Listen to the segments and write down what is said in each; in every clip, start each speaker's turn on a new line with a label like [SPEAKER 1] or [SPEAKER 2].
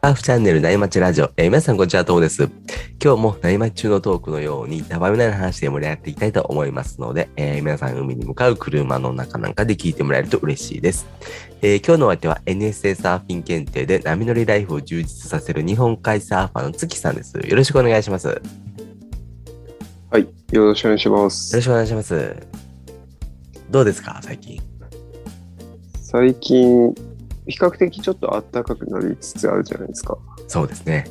[SPEAKER 1] ハーフチャンネル、内町ラジオ。えー皆さん、こんにちは、ともです。今日も内町中のトークのように、たばめない話で盛り上がっていきたいと思いますので、えー皆さん、海に向かう車の中なんかで聞いてもらえると嬉しいです。えー今日のお相手は NSA サーフィン検定で波乗りライフを充実させる日本海サーファーの月さんです。よろしくお願いします。よ
[SPEAKER 2] はい、よろしくお願いします
[SPEAKER 1] ろ。しくお願いします。どうですか、最近。
[SPEAKER 2] 最近、比較的ちょっと暖かくなりつつあるじゃないですか。
[SPEAKER 1] そうですね。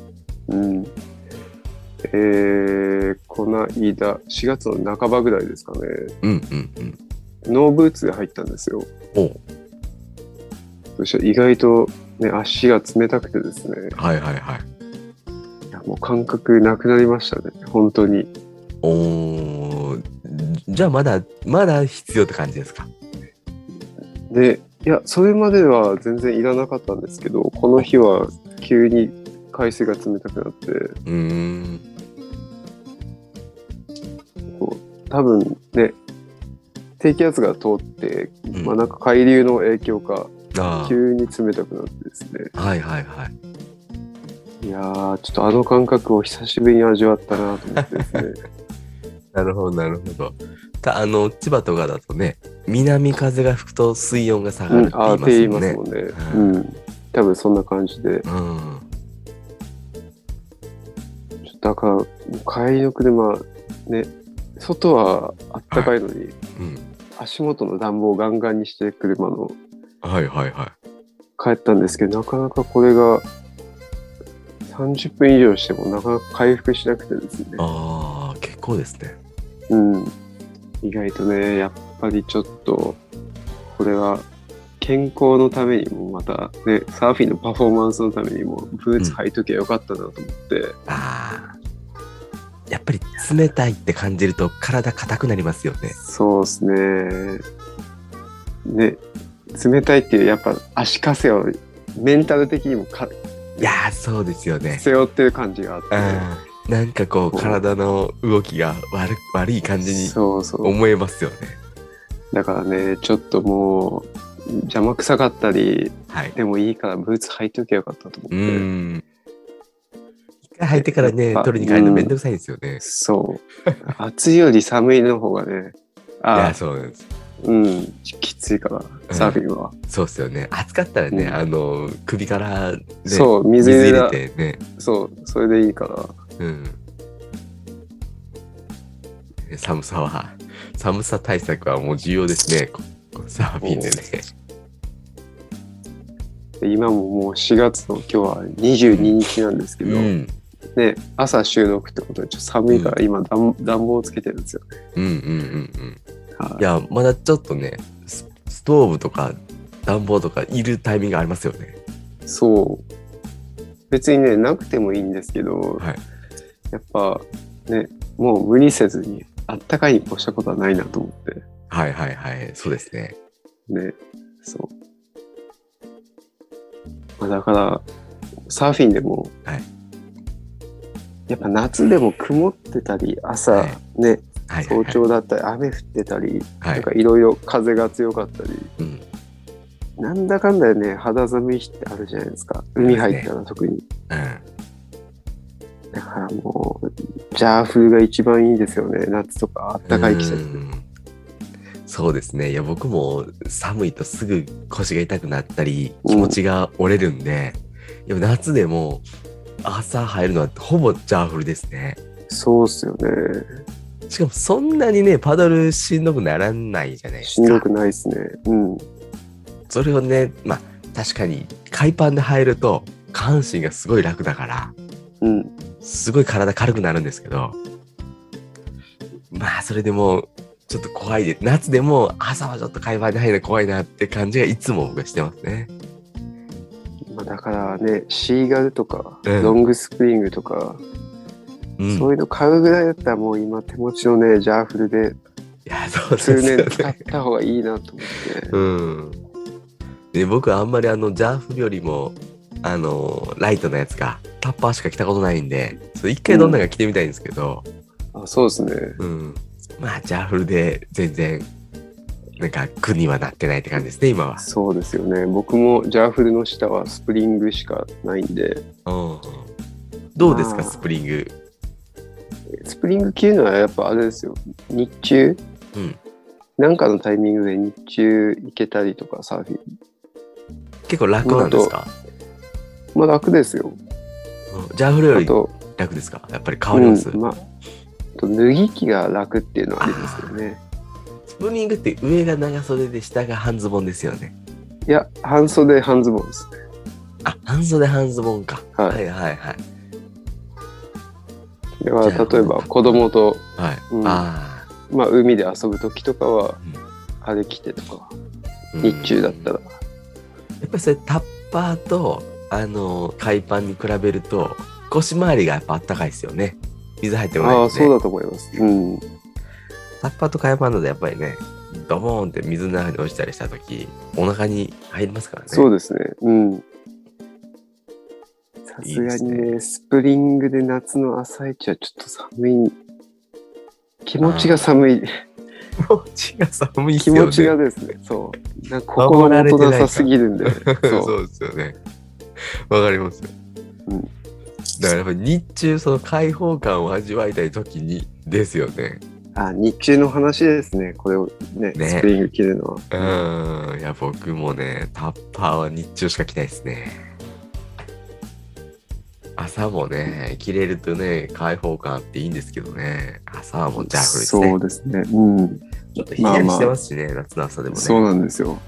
[SPEAKER 2] うん。えー、この間、4月の半ばぐらいですかね、
[SPEAKER 1] うんうんうん。
[SPEAKER 2] ノーブーツで入ったんですよ。
[SPEAKER 1] おう
[SPEAKER 2] そしたら意外と、ね、足が冷たくてですね、
[SPEAKER 1] はいはいはい。
[SPEAKER 2] いやもう感覚なくなりましたね、本当に。
[SPEAKER 1] おーじゃあまだまだ必要って感じですか
[SPEAKER 2] で、いや、それまでは全然いらなかったんですけど、この日は急に海水が冷たくなって、
[SPEAKER 1] うーん
[SPEAKER 2] こう多分ね低気圧が通って、
[SPEAKER 1] うん
[SPEAKER 2] まあ、なんか海流の影響か
[SPEAKER 1] あ
[SPEAKER 2] 急に冷たくなってですね
[SPEAKER 1] あはいはいはい
[SPEAKER 2] いやーちょっとあの感覚を久しぶりに味わったなと思って ですね
[SPEAKER 1] なるほどなるほどたあの千葉とかだとね南風が吹くと水温が下
[SPEAKER 2] う
[SPEAKER 1] が
[SPEAKER 2] ん
[SPEAKER 1] るって
[SPEAKER 2] あーって言
[SPEAKER 1] 言
[SPEAKER 2] い
[SPEAKER 1] いま
[SPEAKER 2] ますす
[SPEAKER 1] も
[SPEAKER 2] も
[SPEAKER 1] んね
[SPEAKER 2] んね、
[SPEAKER 1] う
[SPEAKER 2] うん、多分そんな感じで
[SPEAKER 1] うん
[SPEAKER 2] ちょっとだからもう帰りの車ね外はあったかいのに、
[SPEAKER 1] うん
[SPEAKER 2] 足元の暖房をガンガンにして車の
[SPEAKER 1] はいはいは
[SPEAKER 2] 帰ったんですけどなかなかこれが30分以上してもなかなか回復しなくてですね
[SPEAKER 1] いああ結構ですね
[SPEAKER 2] うん、意外とねやっぱりちょっとこれは健康のためにもまたねサーフィンのパフォーマンスのためにもブーツ履いときゃよかったなと思って、
[SPEAKER 1] ああやっぱり冷たいって感じると体硬くなりますよね
[SPEAKER 2] そうですねね冷たいっていうやっぱ足かせをメンタル的にもか
[SPEAKER 1] いやーそうですよね
[SPEAKER 2] 背負ってる感じがあって、
[SPEAKER 1] うんなんかこう体の動きが悪悪い感じに
[SPEAKER 2] そうそう
[SPEAKER 1] 思えますよね
[SPEAKER 2] だからねちょっともう邪魔くさかったり
[SPEAKER 1] はい
[SPEAKER 2] でもいいからブーツ履いときゃよかったと思って、
[SPEAKER 1] うん。一回履いてからね
[SPEAKER 2] やっ、ぱ
[SPEAKER 1] 取りに帰るのめんどくさいんですよね。
[SPEAKER 2] そう。暑いより寒いの方がね、
[SPEAKER 1] い
[SPEAKER 2] あ
[SPEAKER 1] や、そうなんです。
[SPEAKER 2] うん、きついから、サーフィンは。
[SPEAKER 1] そうっすよね。暑かったらね、
[SPEAKER 2] うん
[SPEAKER 1] あの、首から、ね、
[SPEAKER 2] そう、
[SPEAKER 1] 水
[SPEAKER 2] 水
[SPEAKER 1] 入
[SPEAKER 2] 入
[SPEAKER 1] れ
[SPEAKER 2] れ
[SPEAKER 1] てね。
[SPEAKER 2] そう、それでいいから。
[SPEAKER 1] うん。寒さは、寒さ対策はもう重要ですね。ここサーフィンでね。
[SPEAKER 2] で今ももう4月の今日は22日なんですけど、
[SPEAKER 1] うん。
[SPEAKER 2] ね、朝収録ってことでちょっと寒いから今暖、暖房つけてるんですよ。
[SPEAKER 1] うんうんうんうん。
[SPEAKER 2] はい
[SPEAKER 1] いや、まだちょっとね、スストーブとか暖房とかいるタイミングありますよね。
[SPEAKER 2] そう。別にね、なくてもいいんですけど、
[SPEAKER 1] はい
[SPEAKER 2] やっぱね、もう無理せずに、あったかいに越したことはないなと思って。
[SPEAKER 1] はいはいはい。そうですね。
[SPEAKER 2] ね、そう。まあ、だから、サーフィンでも、
[SPEAKER 1] はい
[SPEAKER 2] やっぱ夏でも曇ってたり、朝、
[SPEAKER 1] はい
[SPEAKER 2] ね、
[SPEAKER 1] はいはい、
[SPEAKER 2] 早
[SPEAKER 1] はい。
[SPEAKER 2] 朝だったり、雨降ってたり、
[SPEAKER 1] は
[SPEAKER 2] なん
[SPEAKER 1] い
[SPEAKER 2] か。いろいろ風が強かったり、
[SPEAKER 1] うん。
[SPEAKER 2] なんだかんだでね、肌寒い日ってあるじゃないですか。海入ったら特に。
[SPEAKER 1] うん。
[SPEAKER 2] だからもう、ジャー風が一番いいですよね。夏とかあったかい季
[SPEAKER 1] う
[SPEAKER 2] 節。
[SPEAKER 1] んそうですねいや僕も寒いとすぐ腰が痛くなったり気持ちが折れるんで、でも夏でも朝入るのはほぼジャーフルですね
[SPEAKER 2] そうっすよね。
[SPEAKER 1] しかもそんなにねパドルしんどくならないじゃないですか
[SPEAKER 2] しんどくないっすね。うん。
[SPEAKER 1] それをねまあ確かに海パンで入ると下半身がすごい楽だから
[SPEAKER 2] うん。
[SPEAKER 1] すごい体軽くなるんですけどまあそれでもちょっと怖いで夏でも朝はちょっと海パンで入るの怖いなって感じがいつも僕はしてますね
[SPEAKER 2] まあ、だからね、シーガルとか、
[SPEAKER 1] うん
[SPEAKER 2] ロングスプリングとか、
[SPEAKER 1] うん
[SPEAKER 2] そういうの買うぐらいだったらもう今手持ちのね、ジャーフルで
[SPEAKER 1] いや そうです
[SPEAKER 2] 通年
[SPEAKER 1] よ
[SPEAKER 2] 使っ
[SPEAKER 1] ね
[SPEAKER 2] た方がいいなと思って。
[SPEAKER 1] うんで僕はあんまりあのジャーフよりもあのライトのやつがタッパーしか着たことないんでちょっと一回どんなのか着てみたいんですけど、
[SPEAKER 2] あそうですね。
[SPEAKER 1] うんまあジャーフルで全然なんか苦にはなってないって感じですね、今は。
[SPEAKER 2] そうですよね。僕もジャーフルの下はスプリングしかないんで、
[SPEAKER 1] うん。どうです
[SPEAKER 2] ま
[SPEAKER 1] か、
[SPEAKER 2] あ
[SPEAKER 1] スプリング。
[SPEAKER 2] スプリング切るのはやっぱあれですよ。日中、
[SPEAKER 1] うん
[SPEAKER 2] なんかのタイミングで日中行けたりとかサーフィン。
[SPEAKER 1] 結構楽なんですか、
[SPEAKER 2] まあ楽ですよ。
[SPEAKER 1] うんジャーフルよ
[SPEAKER 2] あ
[SPEAKER 1] り
[SPEAKER 2] と、
[SPEAKER 1] 楽ですかやっぱり変わります、
[SPEAKER 2] うんまあ、あと脱ぎ着が楽っていうのはありますよね。
[SPEAKER 1] スプリングって上が長袖で下が半ズボンですよね。
[SPEAKER 2] いや、半袖半ズボンです。
[SPEAKER 1] あ、半袖半ズボンか。
[SPEAKER 2] はい
[SPEAKER 1] はいはいはい。
[SPEAKER 2] だから
[SPEAKER 1] じゃあ
[SPEAKER 2] 例えば子供と、
[SPEAKER 1] はい。
[SPEAKER 2] うん
[SPEAKER 1] ああ。
[SPEAKER 2] まあ、海で遊ぶ時とかは
[SPEAKER 1] うん
[SPEAKER 2] あれ着てとか
[SPEAKER 1] うん
[SPEAKER 2] 日中だったら
[SPEAKER 1] やっぱりそれタッパーと、あの、海パンに比べると、腰回りがやっぱあったかいですよね。水入ってもない
[SPEAKER 2] ああ
[SPEAKER 1] んで、
[SPEAKER 2] そう
[SPEAKER 1] ね。
[SPEAKER 2] だと思います。うん、
[SPEAKER 1] タッパーと海パンだとやっぱりね、ドボーンって水の中に落ちたりした時、お腹に入りますからね。
[SPEAKER 2] そうですね。うん。さ
[SPEAKER 1] い
[SPEAKER 2] す
[SPEAKER 1] で
[SPEAKER 2] が
[SPEAKER 1] す
[SPEAKER 2] に
[SPEAKER 1] ね
[SPEAKER 2] ね、スプリングで夏の朝一はちょっと寒い。気持ちが寒い。
[SPEAKER 1] 気持ちが寒いです
[SPEAKER 2] 気
[SPEAKER 1] よね。
[SPEAKER 2] 持ちがですね、そう。なんか心もとなさすぎるんで。
[SPEAKER 1] そ
[SPEAKER 2] そう
[SPEAKER 1] で
[SPEAKER 2] う
[SPEAKER 1] すよね。わかりますよ。
[SPEAKER 2] うん
[SPEAKER 1] だからやっぱり日中その開放感を味わいたい時にですよね。
[SPEAKER 2] あ、日中の話ですね。これをね、
[SPEAKER 1] ね
[SPEAKER 2] スプリング着るの
[SPEAKER 1] う
[SPEAKER 2] は。
[SPEAKER 1] ん。いや僕もねタッパーは日中しか着ないですね。朝もね着れるとね開放感あっていいんですけどね朝はもうジャーフルです
[SPEAKER 2] そ
[SPEAKER 1] ね
[SPEAKER 2] う。ですね。うん。
[SPEAKER 1] ちょっとひんやりしてますしね、夏の朝でもね。
[SPEAKER 2] そうなんですよ。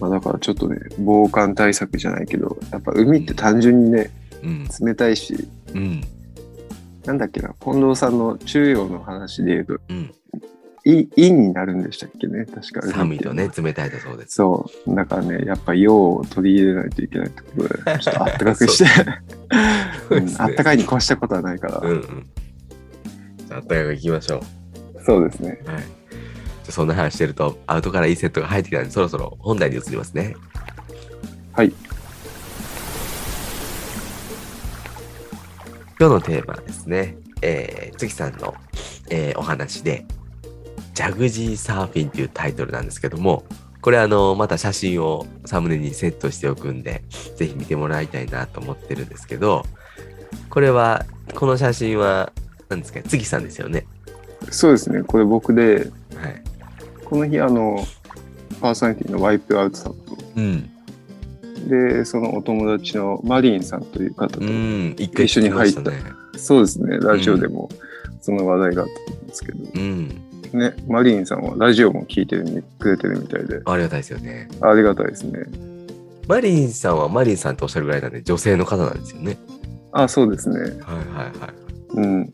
[SPEAKER 2] まあだからちょっとね、防寒対策じゃないけど、やっぱ海って単純にね、
[SPEAKER 1] うん
[SPEAKER 2] 冷たいし、
[SPEAKER 1] うん
[SPEAKER 2] なんだっけな、近藤さんの中央の話で言うと、
[SPEAKER 1] うん。
[SPEAKER 2] い陰になるんでしたっけね、確か。
[SPEAKER 1] 寒いとね。冷たいとそうです。
[SPEAKER 2] そう。だからね、やっぱ陽を取り入れないといけないってことで、ちょっとあったかくして、
[SPEAKER 1] そう
[SPEAKER 2] う
[SPEAKER 1] ですね
[SPEAKER 2] んあったかいに越したことはないから、
[SPEAKER 1] うんうん。じゃああったかくいきましょう。
[SPEAKER 2] そうですね。
[SPEAKER 1] はい。じゃあそんな話してると、アウトからいいセットが入ってきたんで、そろそろ本題に移りますね。
[SPEAKER 2] はい。
[SPEAKER 1] 今日のテーマはですね、えー、月さんの、えーお話で、ジャグジーサーフィンというタイトルなんですけども、これあの、また写真をサムネにセットしておくんで、ぜひ見てもらいたいなと思ってるんですけど、これは、この写真は、なんですか、月さんですよね。
[SPEAKER 2] そうですね、これ僕で、
[SPEAKER 1] はい。
[SPEAKER 2] この日、あの、パーソナリティのワイプアウトさんと、
[SPEAKER 1] うん。
[SPEAKER 2] で、そのお友達のマリンさんという方
[SPEAKER 1] う
[SPEAKER 2] と、
[SPEAKER 1] ん、一回
[SPEAKER 2] 一緒に入った
[SPEAKER 1] 聞きましね。
[SPEAKER 2] そうですね、ラジオでもその話題があったと思うんですけど、
[SPEAKER 1] うん、
[SPEAKER 2] ね、マリーンさんはラジオも聞いてくれてるみたいで、
[SPEAKER 1] ありがたいですよね。
[SPEAKER 2] ありがたいですね。
[SPEAKER 1] マリンさんはマリンさんとおっしゃるぐらいなんで、女性の方なんですよね。
[SPEAKER 2] あ、そうですね。
[SPEAKER 1] はいはいはい。
[SPEAKER 2] うん。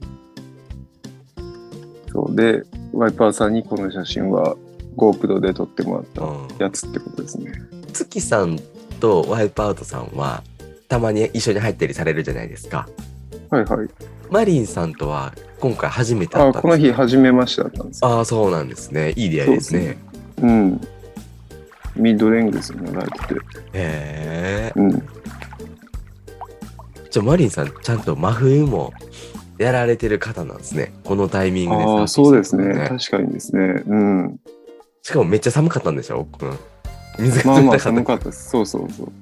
[SPEAKER 2] そうで、ワイパーさんにこの写真は GoPro で撮ってもらっ
[SPEAKER 1] うん
[SPEAKER 2] たやつってことですね。
[SPEAKER 1] 月さんとワイプアウトさんは、たまに一緒に入ったりされるじゃないですか。
[SPEAKER 2] はいはい。
[SPEAKER 1] マリンさんとは、今回初めて会
[SPEAKER 2] あ、
[SPEAKER 1] ったん
[SPEAKER 2] こ
[SPEAKER 1] で
[SPEAKER 2] の
[SPEAKER 1] す
[SPEAKER 2] 日初めましてだったんですよ。
[SPEAKER 1] ああ、そうなんですね。いい出会いです
[SPEAKER 2] そう
[SPEAKER 1] ね。
[SPEAKER 2] うん。ミッドレングですよね、ライブって。
[SPEAKER 1] へえ。
[SPEAKER 2] うん。
[SPEAKER 1] じゃあ、マリンさん、ちゃんと真冬もやられてる方なんですね。このタイミングで
[SPEAKER 2] ああ、
[SPEAKER 1] サー
[SPEAKER 2] そう
[SPEAKER 1] フィン
[SPEAKER 2] で
[SPEAKER 1] さ
[SPEAKER 2] す
[SPEAKER 1] れてるの
[SPEAKER 2] ね。確かにですね。うん。
[SPEAKER 1] しかもめっちゃ寒かったんでしょこの水
[SPEAKER 2] ま
[SPEAKER 1] が
[SPEAKER 2] あ
[SPEAKER 1] 冷
[SPEAKER 2] ま
[SPEAKER 1] たか
[SPEAKER 2] あ
[SPEAKER 1] った
[SPEAKER 2] 寒かったです。そうそうそう。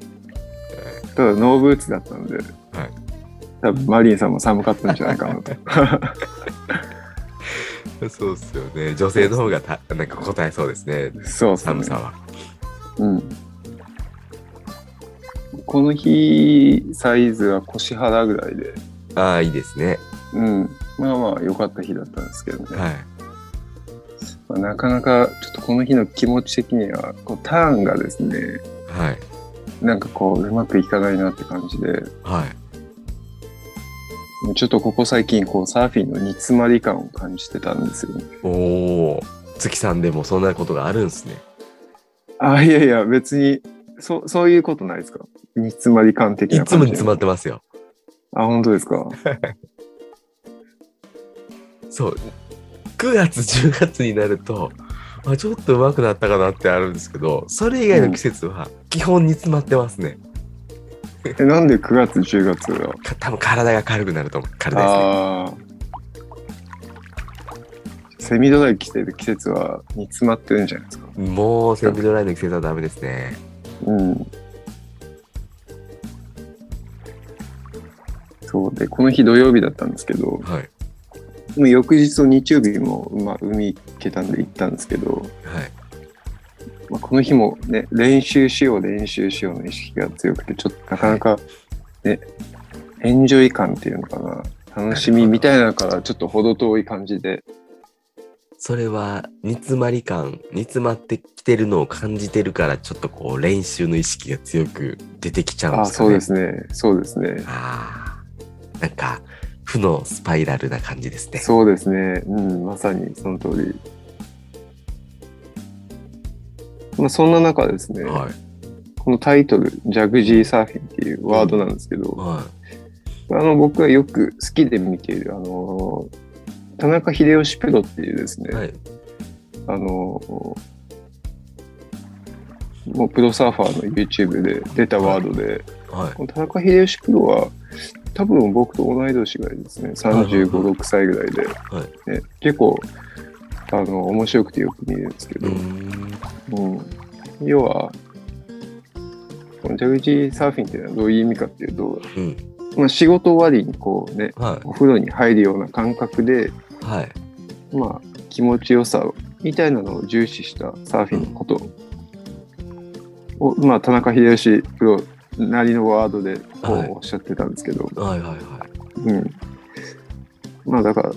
[SPEAKER 2] ただノーブーツだったので、
[SPEAKER 1] はい
[SPEAKER 2] 多分マリンさんも寒かったんじゃないかな と。
[SPEAKER 1] そうっすよね。女性の方がたなんか答えそうですね。
[SPEAKER 2] そうそう、
[SPEAKER 1] 寒さは。
[SPEAKER 2] うん。この日、サイズは腰腹ぐらいで、
[SPEAKER 1] ああ、いいですね。
[SPEAKER 2] うん。まあまあ良かった日だったんですけどね。
[SPEAKER 1] はい。
[SPEAKER 2] まあなかなかちょっとこの日の気持ち的には、こうターンがですね、
[SPEAKER 1] はい。
[SPEAKER 2] なんかこううまくいかないなって感じで、
[SPEAKER 1] はい。
[SPEAKER 2] ちょっとここ最近こうサーフィンの煮詰まり感を感じてたんですよね。
[SPEAKER 1] おお。月さんでもそんなことがあるんですね。
[SPEAKER 2] あ、いやいや、別に、そう、そういうことないですか煮詰まり感的
[SPEAKER 1] い
[SPEAKER 2] な
[SPEAKER 1] つも
[SPEAKER 2] 感
[SPEAKER 1] 煮
[SPEAKER 2] じ。
[SPEAKER 1] 詰まってますよ。
[SPEAKER 2] あ、本当ですか。
[SPEAKER 1] そう。9月、10月になると、あちょっと上手くなったかなってあるんですけど、それ以外の季節は基本煮詰まってますね。
[SPEAKER 2] え、なんで9月、10月が。
[SPEAKER 1] か多分体が軽くなると思う。体ですね。
[SPEAKER 2] ああー。セミドライ着てる季節は煮詰まってるんじゃないですか。
[SPEAKER 1] もうセミドライの季節はダメですね。
[SPEAKER 2] うん。そうで、この日土曜日だったんですけど、も
[SPEAKER 1] はい。
[SPEAKER 2] う翌日の日曜日も、まあ、海行けたんで行ったんですけど、
[SPEAKER 1] はい。
[SPEAKER 2] まあ、この日もね、練習しよう、練習しようの意識が強くて、ちょっとなかなか、ね、エンジョイ感っていうのかな。楽しみみたいなのからちょっと程遠い感じで、
[SPEAKER 1] それは煮詰まり感、煮詰まってきてるのを感じてるから、ちょっとこう練習の意識が強く出てきちゃうん
[SPEAKER 2] あ
[SPEAKER 1] ですかね。
[SPEAKER 2] そうですね、そうですね、
[SPEAKER 1] ああ。なんか、負のスパイラルな感じですね。
[SPEAKER 2] そうですね、うん、まさにその通り。まあ、そんな中ですね、
[SPEAKER 1] はい。
[SPEAKER 2] このタイトル、ジャグジーサーフィンっていうワードなんですけど、
[SPEAKER 1] は
[SPEAKER 2] あの僕がよく好きで見ている、あの、田中秀吉プロっていうですね、
[SPEAKER 1] い。はい。
[SPEAKER 2] あの、もうプロサーファーの YouTube で出たワードで、
[SPEAKER 1] はい。
[SPEAKER 2] この田中秀吉プロは、多分僕と同い年ぐらいですね、35、6歳ぐらいで、ね結構、あの、面白くてよく見るんですけど、
[SPEAKER 1] うー
[SPEAKER 2] うん、要は、このジャグジーサーフィンっていうのはどういう意味かっていうと、
[SPEAKER 1] ん。うん。
[SPEAKER 2] まあ、仕事終わりにこうね、
[SPEAKER 1] は
[SPEAKER 2] お風呂に入るような感覚
[SPEAKER 1] い。
[SPEAKER 2] で、
[SPEAKER 1] はい。
[SPEAKER 2] まあ、気持ちよさみたいなのを重視したサーフィンのことを、まあ、田中秀吉プロなりのワードでこ
[SPEAKER 1] はいう
[SPEAKER 2] おっしゃってたんですけど、
[SPEAKER 1] はい。はい。はい。
[SPEAKER 2] うん、まあだから、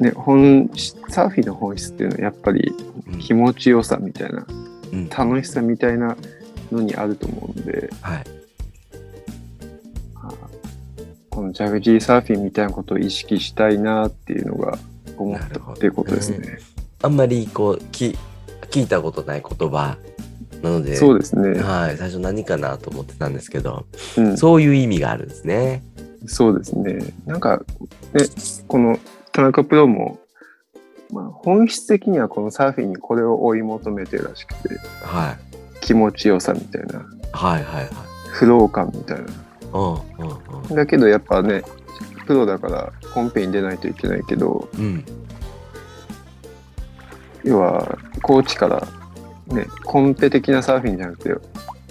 [SPEAKER 2] ね、本質サーフィンの本質っていうのはやっぱり
[SPEAKER 1] うん
[SPEAKER 2] 気持ちよさみたいな
[SPEAKER 1] うん。
[SPEAKER 2] 楽しさみたいなのにあると思うんで
[SPEAKER 1] はい。
[SPEAKER 2] あこのジャグジーサーフィンみたいなことを意識したいなっていうのが思ったっていうことです
[SPEAKER 1] な
[SPEAKER 2] ね。
[SPEAKER 1] あんまりこう、き、聞いたことない言葉なので、
[SPEAKER 2] そうですね、
[SPEAKER 1] はい。最初何かなと思ってたんですけど、
[SPEAKER 2] うん、
[SPEAKER 1] そういう意味があるんですね。
[SPEAKER 2] そうですね。なんか、ね、この田中プロも、まあ、本質的にはこのサーフィンにこれを追い求めてるらしくて、
[SPEAKER 1] はい。
[SPEAKER 2] 気持ちよさみたいな、
[SPEAKER 1] はい。はい。はい。
[SPEAKER 2] 不老感みたいな。
[SPEAKER 1] うん。うん。うん。
[SPEAKER 2] だけどやっぱね、プロだから本編に出ないといけないけど、
[SPEAKER 1] うん、
[SPEAKER 2] 要は、コーチから、ね、コンペ的なサーフィンじゃなくて、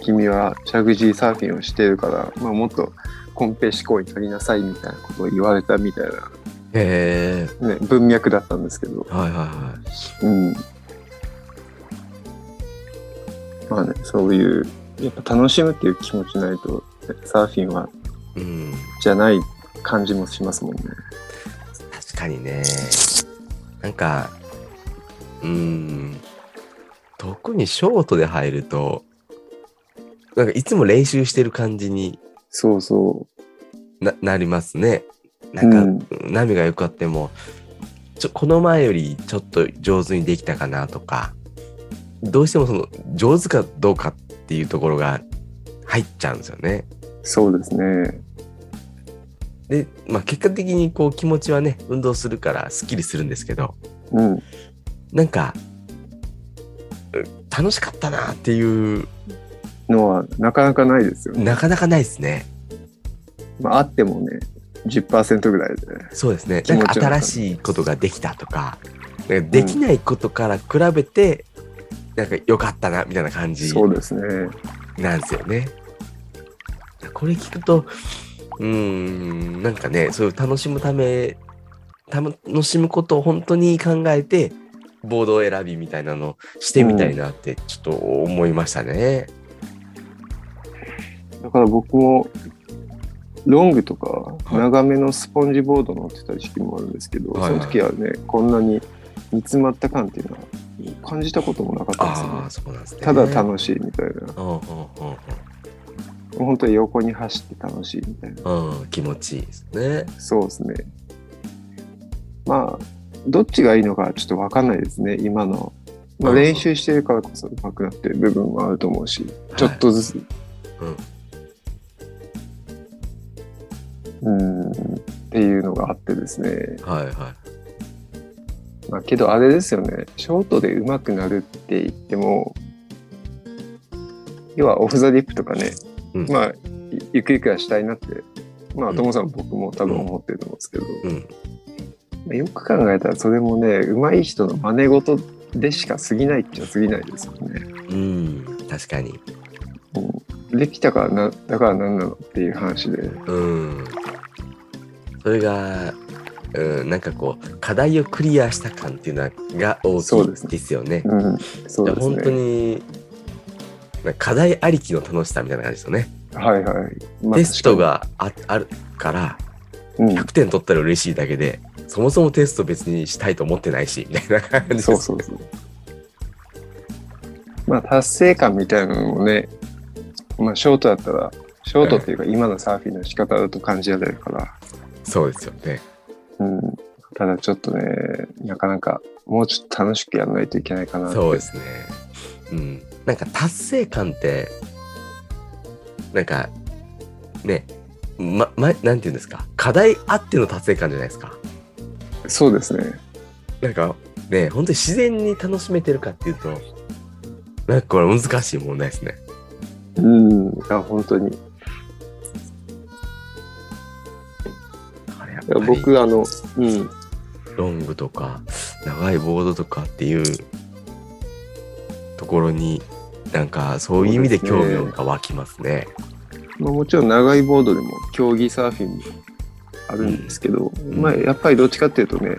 [SPEAKER 2] 君はジャグジーサーフィンをしてるから、まあ、もっとコンペ思考に取りなさいみたいなことを言われたみたい
[SPEAKER 1] へえ
[SPEAKER 2] な、ね、文脈だったんですけど、
[SPEAKER 1] はいはいはい
[SPEAKER 2] うん。まあね、そういう、やっぱ楽しむっていう気持ちないと、サーフィンは、
[SPEAKER 1] うん
[SPEAKER 2] じゃない感じもしますもんね。
[SPEAKER 1] 確かにねなんかうーん特にショートで入るとなんかいつも練習してる感じに
[SPEAKER 2] そうそ
[SPEAKER 1] ななりますねな
[SPEAKER 2] う。うんん
[SPEAKER 1] か、、波が良くあってもちょこの前よりちょっと上手にできたかなとかどうしてもその上手かどうかっていうところが入っちゃうんですよね。
[SPEAKER 2] そうですね。
[SPEAKER 1] で、まあ、結果的にこう気持ちはね運動するからすっきりするんですけど
[SPEAKER 2] うん。
[SPEAKER 1] なんかう楽しかったなっていう
[SPEAKER 2] のは、なかなかないですよね。
[SPEAKER 1] なかなかないですね
[SPEAKER 2] まあ、あってもね、10%ぐらいで。
[SPEAKER 1] そうですね
[SPEAKER 2] 気
[SPEAKER 1] なん
[SPEAKER 2] 持ちは
[SPEAKER 1] か
[SPEAKER 2] わか
[SPEAKER 1] 新
[SPEAKER 2] る
[SPEAKER 1] しいことができたとかなんかできないことから比べて、なんか良かったなみたいな感じ
[SPEAKER 2] そうですね。
[SPEAKER 1] なんですよねこれ聞くとうーんなんかねそういう楽しむためたの楽しむことを本当に考えてボードを選びみたいなのしてみたいなってちょっと思いましたね。
[SPEAKER 2] だから僕も、ロングとか、
[SPEAKER 1] い
[SPEAKER 2] 長めのスポンジボード乗ってた時期もあるんですけど、
[SPEAKER 1] はいはい
[SPEAKER 2] その時はね、こんなに煮詰まった感っていうのは感じたこともなかったですよね
[SPEAKER 1] ああ。そうなんですね。
[SPEAKER 2] ただ楽しいみたい
[SPEAKER 1] う
[SPEAKER 2] な。
[SPEAKER 1] んうん
[SPEAKER 2] 本当に横に走って楽しいみたいな。
[SPEAKER 1] うんうんうん気持ちいいですね。
[SPEAKER 2] そうですね。まあ、どっちがいいのかちょっとわかんないですね、今の。まあ、
[SPEAKER 1] うん
[SPEAKER 2] 練習してるからこそ上手くなってる部分もあると思うし、ちょっとずつ。
[SPEAKER 1] うん
[SPEAKER 2] うん。っていうのがあってですね。
[SPEAKER 1] はいは
[SPEAKER 2] まあ、けどあれですよね、ショートで上手くなるって言っても、要はオフザディップとかね、
[SPEAKER 1] うん
[SPEAKER 2] まあ、いゆくゆくはしたいなって、ま
[SPEAKER 1] う
[SPEAKER 2] あ、
[SPEAKER 1] ん
[SPEAKER 2] ともさんも僕も多分思ってると思うんですけど、
[SPEAKER 1] い。うん
[SPEAKER 2] まあよく考えたらそれもね上手い人の真似事でしか過ぎないっちゃ過ぎないですよね。
[SPEAKER 1] うん、確かに。
[SPEAKER 2] うん、できたからなだから何なのっていう話で。
[SPEAKER 1] うん。それが、うん、なんかこう、課題をクリアした感っていうのが大
[SPEAKER 2] そうで
[SPEAKER 1] き
[SPEAKER 2] す
[SPEAKER 1] い
[SPEAKER 2] ね
[SPEAKER 1] ですよね。
[SPEAKER 2] うん、そうです
[SPEAKER 1] 本当
[SPEAKER 2] ね。
[SPEAKER 1] に、なんか課題ありきの楽しさみたいな感じですよね。
[SPEAKER 2] はいはい。まあ
[SPEAKER 1] テスト、がああるから、
[SPEAKER 2] 確かに
[SPEAKER 1] 100点取ったら嬉しいだけで、そもそもテスト別にしたいと思ってないし、みたいな感
[SPEAKER 2] う
[SPEAKER 1] じ
[SPEAKER 2] ん、
[SPEAKER 1] です
[SPEAKER 2] そうそうそう。まあ達成感みたいなのもね、まあショートだったら、ショートっていうか今のサーフィンの仕方だと感じられるから。
[SPEAKER 1] そうですよね。
[SPEAKER 2] うん、ただちょっとねなかなかもうちょっと楽しくやらないといけないかな
[SPEAKER 1] そうですね。うん。なんか達成感って、なんか、ね、ま、ま、なんていうんですか、課題あっての達成感じゃないですか。
[SPEAKER 2] そうですね
[SPEAKER 1] なんか、ね、本当に自然に楽しめてるかっていうと、なんかこれ難しい問題ですね。
[SPEAKER 2] うんあ本当にい
[SPEAKER 1] あれやっ
[SPEAKER 2] や
[SPEAKER 1] ぱり
[SPEAKER 2] 僕あの、うん、
[SPEAKER 1] ロングとか、長いボードとかっていうところに、なんかそういう意味で興味が湧きますね。
[SPEAKER 2] まあ、もちろん長いボードでも競技サーフィンもあるんですけど、
[SPEAKER 1] ん
[SPEAKER 2] まあ、やっぱりどっちかっていうとね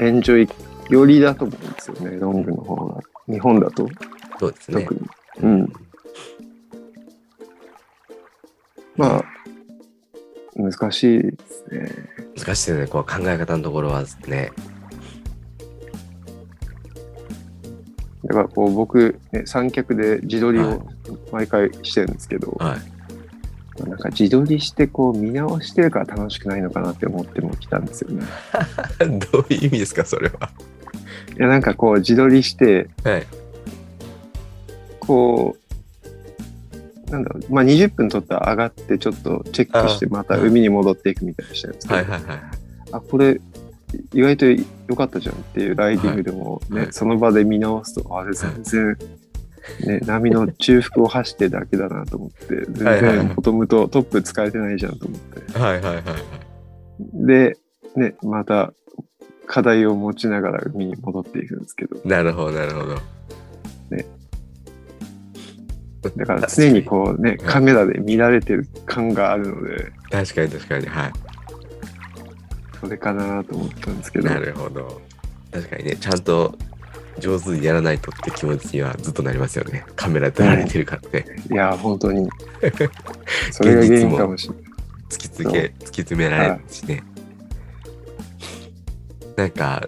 [SPEAKER 2] エンジョイよりだと思うんですよねロングの方が日本だと
[SPEAKER 1] そうですね
[SPEAKER 2] 特。に、うんまあ難しいですね
[SPEAKER 1] 難しいですね、こう考え方のところはね。
[SPEAKER 2] だからこう僕、ね、三脚で自撮り
[SPEAKER 1] はい
[SPEAKER 2] を毎回してるんですけど、
[SPEAKER 1] はい。
[SPEAKER 2] なんか自撮りしてこう見直してるから楽しくないのかなって思ってもきたんですよね。
[SPEAKER 1] どういう意味ですか、それは。
[SPEAKER 2] いやなんかこう自撮りして
[SPEAKER 1] はい。
[SPEAKER 2] こうなんだろう、まあ、20分撮ったら上がってちょっとチェックしてまた海に戻っていくみたいにしてるんですけど、
[SPEAKER 1] はいはいはい。
[SPEAKER 2] あこれ意外と良かったじゃんっていうライディングでも、ね
[SPEAKER 1] はい
[SPEAKER 2] その場で見直すとあれ全然、ね、波の中腹を走ってるだけだなと思って全
[SPEAKER 1] はいはいはい
[SPEAKER 2] 然ボトムとトップ使えてないじゃんと思って
[SPEAKER 1] はいはいはいはい。
[SPEAKER 2] で、ね、また課題を持ちながら海に戻っていくんですけど
[SPEAKER 1] なるほどなるほ ど。
[SPEAKER 2] ね。だから常にこうねカメラで見られてる感があるので
[SPEAKER 1] う。確かに確かに。は
[SPEAKER 2] それかなと思ったんですけ
[SPEAKER 1] い。
[SPEAKER 2] ど
[SPEAKER 1] なるほど。確かにね、ちゃんと上手にやらないとって気持ちにはずっとなりますよね。カメラ撮られてるからね。
[SPEAKER 2] いや本 当にそれが原因かもしれない。
[SPEAKER 1] 突きつけ、突き詰められるしね。なんか、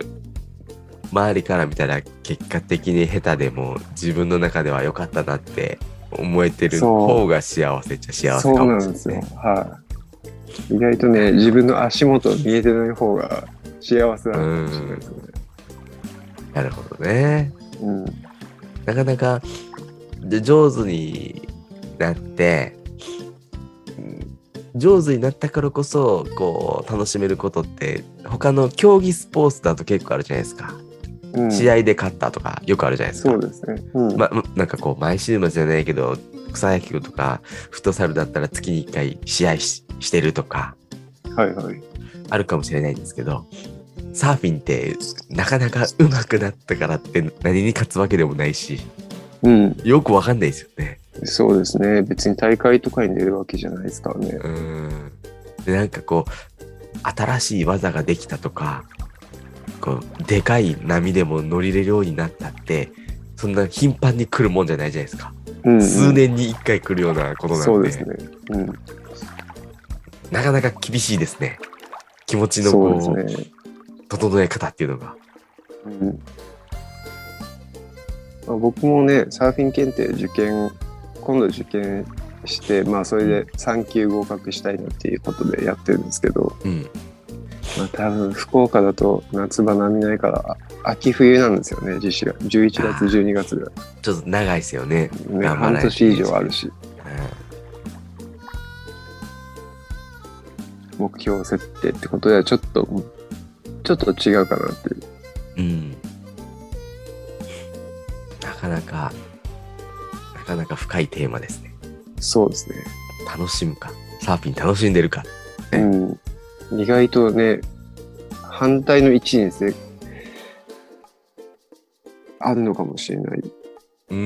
[SPEAKER 1] 周りから見たら結果的に下手でも自分の中では良かったなって思えてる方が幸せっちゃ幸せかもしれないです
[SPEAKER 2] そうなん
[SPEAKER 1] ね
[SPEAKER 2] で。すよ。はい。意外とね、自分の足元見えてない方が幸せだなのかもしれないですね。
[SPEAKER 1] なるほどね。
[SPEAKER 2] うん。
[SPEAKER 1] なかなかで上手になって、うん上手になったからこそこう楽しめることって他の競技スポーツだと結構あるじゃないですか、
[SPEAKER 2] うん
[SPEAKER 1] 試合で勝ったとかよくあるじゃないですか
[SPEAKER 2] そうですね。うん。
[SPEAKER 1] ま、なんかこう毎週末じゃないけど草野球とかフットサルだったら月に1回試合ししてるとか
[SPEAKER 2] はいはい。
[SPEAKER 1] あるかもしれないんですけどサーフィンってなかなか上手くなったからって何に勝つわけでもないし
[SPEAKER 2] うん。
[SPEAKER 1] よくわかんないですよね。
[SPEAKER 2] そうですね。別に大会とかに出るわけじゃないですからね。
[SPEAKER 1] うんでなんかこう新しい技ができたとかこうでかい波でも乗りれるようになったってそんな頻繁に来るもんじゃないじゃないですか、
[SPEAKER 2] うん、
[SPEAKER 1] 数年に1回来るようなことなんで
[SPEAKER 2] そうですね。うん。
[SPEAKER 1] なかなか厳しいですね気持ちのこう
[SPEAKER 2] そうですね。
[SPEAKER 1] 整え方っていうのが
[SPEAKER 2] うん。まあ、僕もね、サーフィン検定受験、今度受験して、まあそれで3級合格したいなっていうことでやってるんですけど、
[SPEAKER 1] うん
[SPEAKER 2] まあ、多分福岡だと夏場波ないからあ秋冬なんですよね実施が11月
[SPEAKER 1] あー
[SPEAKER 2] 12月ぐら
[SPEAKER 1] ちょっと長いですよね、
[SPEAKER 2] い、ね、
[SPEAKER 1] 頑張ら
[SPEAKER 2] 半
[SPEAKER 1] ないと
[SPEAKER 2] 年以上あるし
[SPEAKER 1] う
[SPEAKER 2] 目標設定ってことではちょっとちょっと違うかなっていうん
[SPEAKER 1] うん、なかなかなかなか深いテーマですね
[SPEAKER 2] そうですね
[SPEAKER 1] 楽しむかサーフィン楽しんでるか
[SPEAKER 2] うん意外とね反対の位置にですね、あるのかもしれない。
[SPEAKER 1] うー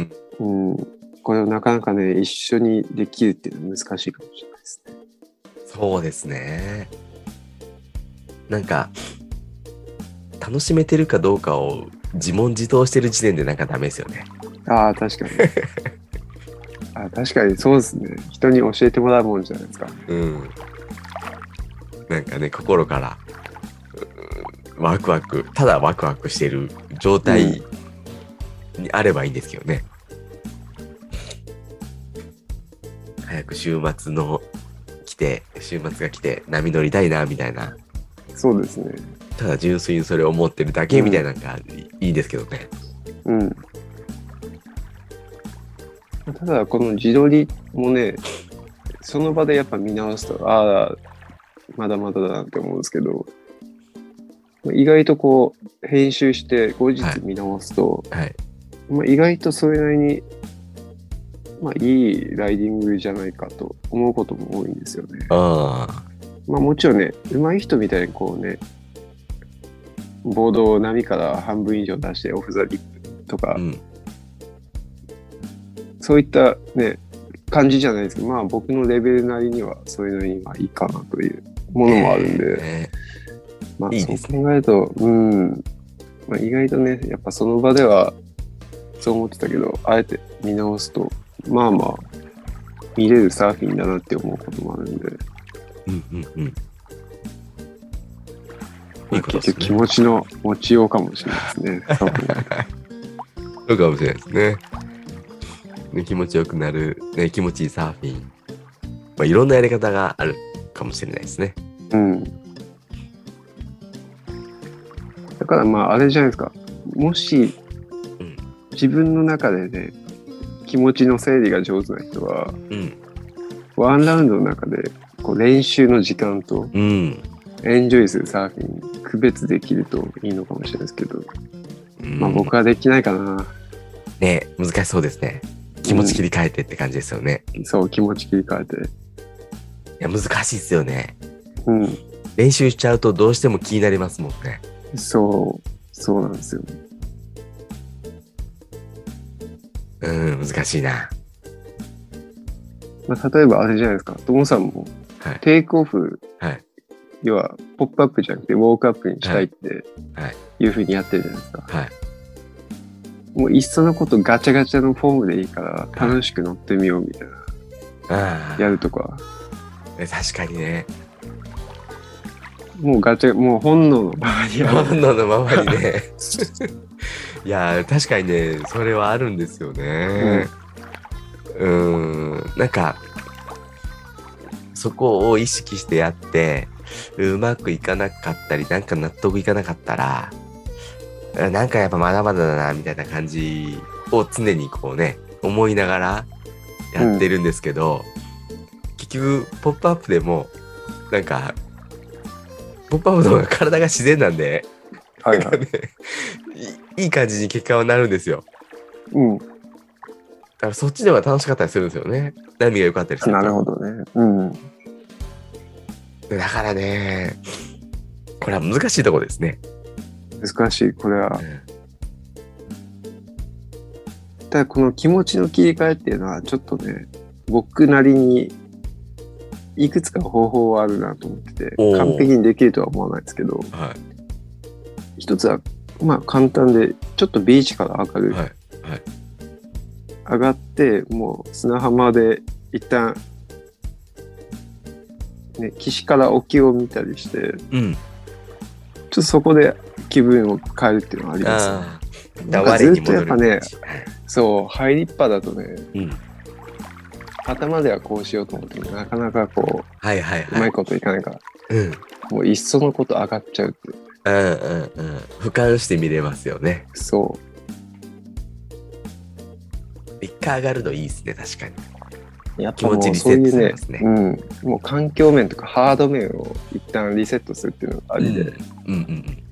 [SPEAKER 1] ん。
[SPEAKER 2] うん。これをなかなかね、一緒にできるっていうのは難しいかもしれないですね。
[SPEAKER 1] そうですね。なんか、楽しめてるかどうかを自問自答してる時点でなんかダメですよね。
[SPEAKER 2] ああ、確かに。あー確かにそうですね。人に教えてもらうもんじゃないですか。
[SPEAKER 1] うん。なんかね、心から、うワクワク、ただワクワクしてる状態にあればいいんですけどね。早く週末の来て、週末が来て波乗りたいな、みたいな。
[SPEAKER 2] そうですね。
[SPEAKER 1] ただ純粋にそれを思ってるだけみたいなのがいいですけどね。
[SPEAKER 2] うん。ただ、この自撮りもね、その場でやっぱ見直すと、ああ、まだまだだなって思うんですけど、意外とこう、編集して後日見直すと、
[SPEAKER 1] はい。
[SPEAKER 2] まあ、意外とそれなりに、まあ、いいライディングじゃないかと思うことも多いんですよね。
[SPEAKER 1] ああ。
[SPEAKER 2] まあ、もちろんね、上手い人みたいにこうね、ボードを波から半分以上出してオフザリップとか
[SPEAKER 1] う、ん。
[SPEAKER 2] そういったね、感じじゃないですけど、まあ僕のレベルなりにはそれなりにまあいいかなというものもあるんで、
[SPEAKER 1] ね
[SPEAKER 2] まあ
[SPEAKER 1] いい
[SPEAKER 2] そ
[SPEAKER 1] で
[SPEAKER 2] う
[SPEAKER 1] す
[SPEAKER 2] 考えると、うん、まあ、意外とね、やっぱその場ではそう思ってたけど、あえて見直すと、まあまあ、見れるサーフィンだなって思うこともあるんで、
[SPEAKER 1] うんうんうん。い
[SPEAKER 2] まあ
[SPEAKER 1] いこと
[SPEAKER 2] 結
[SPEAKER 1] です
[SPEAKER 2] 局気
[SPEAKER 1] ね。
[SPEAKER 2] 持ちの持ちようかもしれないですね。
[SPEAKER 1] そ
[SPEAKER 2] 多分
[SPEAKER 1] うかもしれないですね。ね気持ちよくなる、ね、気持ちいいサーフィン。まあ、いろんなやり方があるかもしれないですね。
[SPEAKER 2] うん。だからまああれじゃないですか。もし
[SPEAKER 1] うん、
[SPEAKER 2] 自分の中でね、気持ちの整理が上手な人は、
[SPEAKER 1] うん。
[SPEAKER 2] ワンラウンドの中でこう練習の時間と
[SPEAKER 1] うん。
[SPEAKER 2] エンジョイするサーフィン、区別できるといいのかもしれないですけど、
[SPEAKER 1] うん
[SPEAKER 2] まあ僕はできないかな。
[SPEAKER 1] ね、難しそうですね。気持ち切り替えてって感じですよね。
[SPEAKER 2] そう、気持ち切り替えて。
[SPEAKER 1] いや、難しいですよね。
[SPEAKER 2] うん。
[SPEAKER 1] 練習しちゃうとどうしても気になりますもんね。
[SPEAKER 2] そう、そうなんですよ。
[SPEAKER 1] うん、難しいな。
[SPEAKER 2] まあ、例えばあれじゃないですか、トモさんも
[SPEAKER 1] はい、
[SPEAKER 2] テイクオフ、
[SPEAKER 1] はい
[SPEAKER 2] 要は、ポップアップじゃなくて、ウォークアップにしたいって
[SPEAKER 1] はいはい
[SPEAKER 2] いうふうにやってるじゃないですか。
[SPEAKER 1] はい。
[SPEAKER 2] もう、いっそのことガチャガチャのフォームでいいから、楽しく乗ってみようみたいな、
[SPEAKER 1] あ
[SPEAKER 2] やるとか、
[SPEAKER 1] あ、確かにね。
[SPEAKER 2] もうガチャ、もう本能のままにやる。
[SPEAKER 1] 本能のままにね いや確かにねそれはあるんですよねうんんなんかそこを意識してやってうまくいかなかったりなんか納得いかなかったらあなんかやっぱまだまだだなみたいな感じを常にこうね思いながらやってるんですけど、結局「ポップアップでもなんか「ポップアップの方が体が自然なんで
[SPEAKER 2] はい
[SPEAKER 1] なんか
[SPEAKER 2] はい。
[SPEAKER 1] ね、 いいい感じに結果はなるんですよ。
[SPEAKER 2] うん。
[SPEAKER 1] だからそっちでは楽しかったりするんですよね。波が良かったりすると
[SPEAKER 2] なるほどね。うん。
[SPEAKER 1] だからね、これは難しいとこですね。
[SPEAKER 2] 難しい、これは
[SPEAKER 1] う。ん
[SPEAKER 2] ただ、この気持ちの切り替えっていうのは、ちょっとね、僕なりに、いくつか方法はあるなと思ってて
[SPEAKER 1] お、ー
[SPEAKER 2] 完璧にできるとは思わないですけど、
[SPEAKER 1] は
[SPEAKER 2] 一つは、まあ簡単で、ちょっとビーチから上が
[SPEAKER 1] い。
[SPEAKER 2] る。
[SPEAKER 1] はい。
[SPEAKER 2] 上がって、もう砂浜で一旦、ね、岸から沖を見たりして、ちょ
[SPEAKER 1] うん。
[SPEAKER 2] っとそこで気分を変えるっていうのはありますね。
[SPEAKER 1] ああ。
[SPEAKER 2] なんかずっとやっぱね、
[SPEAKER 1] はい
[SPEAKER 2] そう、入りっぱだとね、
[SPEAKER 1] うん。
[SPEAKER 2] 頭ではこうしようと思っても、なかなかこ、
[SPEAKER 1] はいはいう
[SPEAKER 2] うま
[SPEAKER 1] はいい。
[SPEAKER 2] こといかないから、
[SPEAKER 1] うん。うん
[SPEAKER 2] もういっそのこと上がっちゃうっていう。
[SPEAKER 1] うんうん。俯瞰して見れますよね。
[SPEAKER 2] そ
[SPEAKER 1] 一回上がるのいいですね、確かに。
[SPEAKER 2] う。やっ
[SPEAKER 1] 気
[SPEAKER 2] ぱも
[SPEAKER 1] 持ち
[SPEAKER 2] う
[SPEAKER 1] リ
[SPEAKER 2] そ
[SPEAKER 1] セ
[SPEAKER 2] う
[SPEAKER 1] ッ
[SPEAKER 2] い
[SPEAKER 1] ト
[SPEAKER 2] う
[SPEAKER 1] され
[SPEAKER 2] ね
[SPEAKER 1] ま、すね。
[SPEAKER 2] うん、もう環境面とかハード面を一旦リセットするっていうのがありで、
[SPEAKER 1] うんうんうん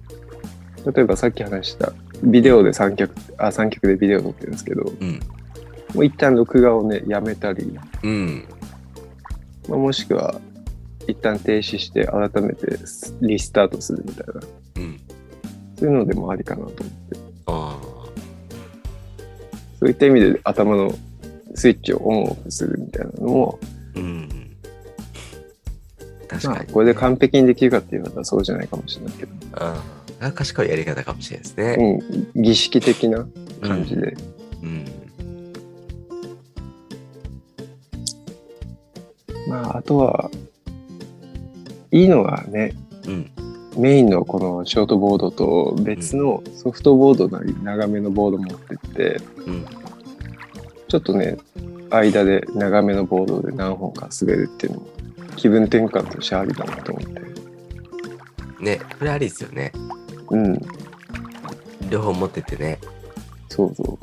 [SPEAKER 2] 例えばさっき話したビデオで三脚あ三脚でビデオ撮ってるんですけども
[SPEAKER 1] うん。
[SPEAKER 2] う一旦録画をねやめたり、
[SPEAKER 1] うん。
[SPEAKER 2] まあ、もしくは一旦停止して改めてリスタートするみたいな
[SPEAKER 1] うん。
[SPEAKER 2] そういうのでもありかなと思って
[SPEAKER 1] あ
[SPEAKER 2] そういった意味で頭のスイッチをオンオフするみたいなのも、
[SPEAKER 1] あ。うん。確
[SPEAKER 2] ま
[SPEAKER 1] か
[SPEAKER 2] あ、
[SPEAKER 1] に。
[SPEAKER 2] これで完璧にできるかって言われたらそうじゃないかもしれないけど、
[SPEAKER 1] ああ。賢いやり方かもしれないですね。
[SPEAKER 2] うん、儀式的な感じで、
[SPEAKER 1] うん。
[SPEAKER 2] まああとはいいのがね
[SPEAKER 1] うん。
[SPEAKER 2] メインのこのショートボードと別のソフトボードなり長めのボード持ってって
[SPEAKER 1] うん。
[SPEAKER 2] ちょっとね間で長めのボードで何本か滑るっていうのも気分転換としてありだなと思って
[SPEAKER 1] ね、これありですよね。
[SPEAKER 2] うん
[SPEAKER 1] 両方持っててね。
[SPEAKER 2] そうそ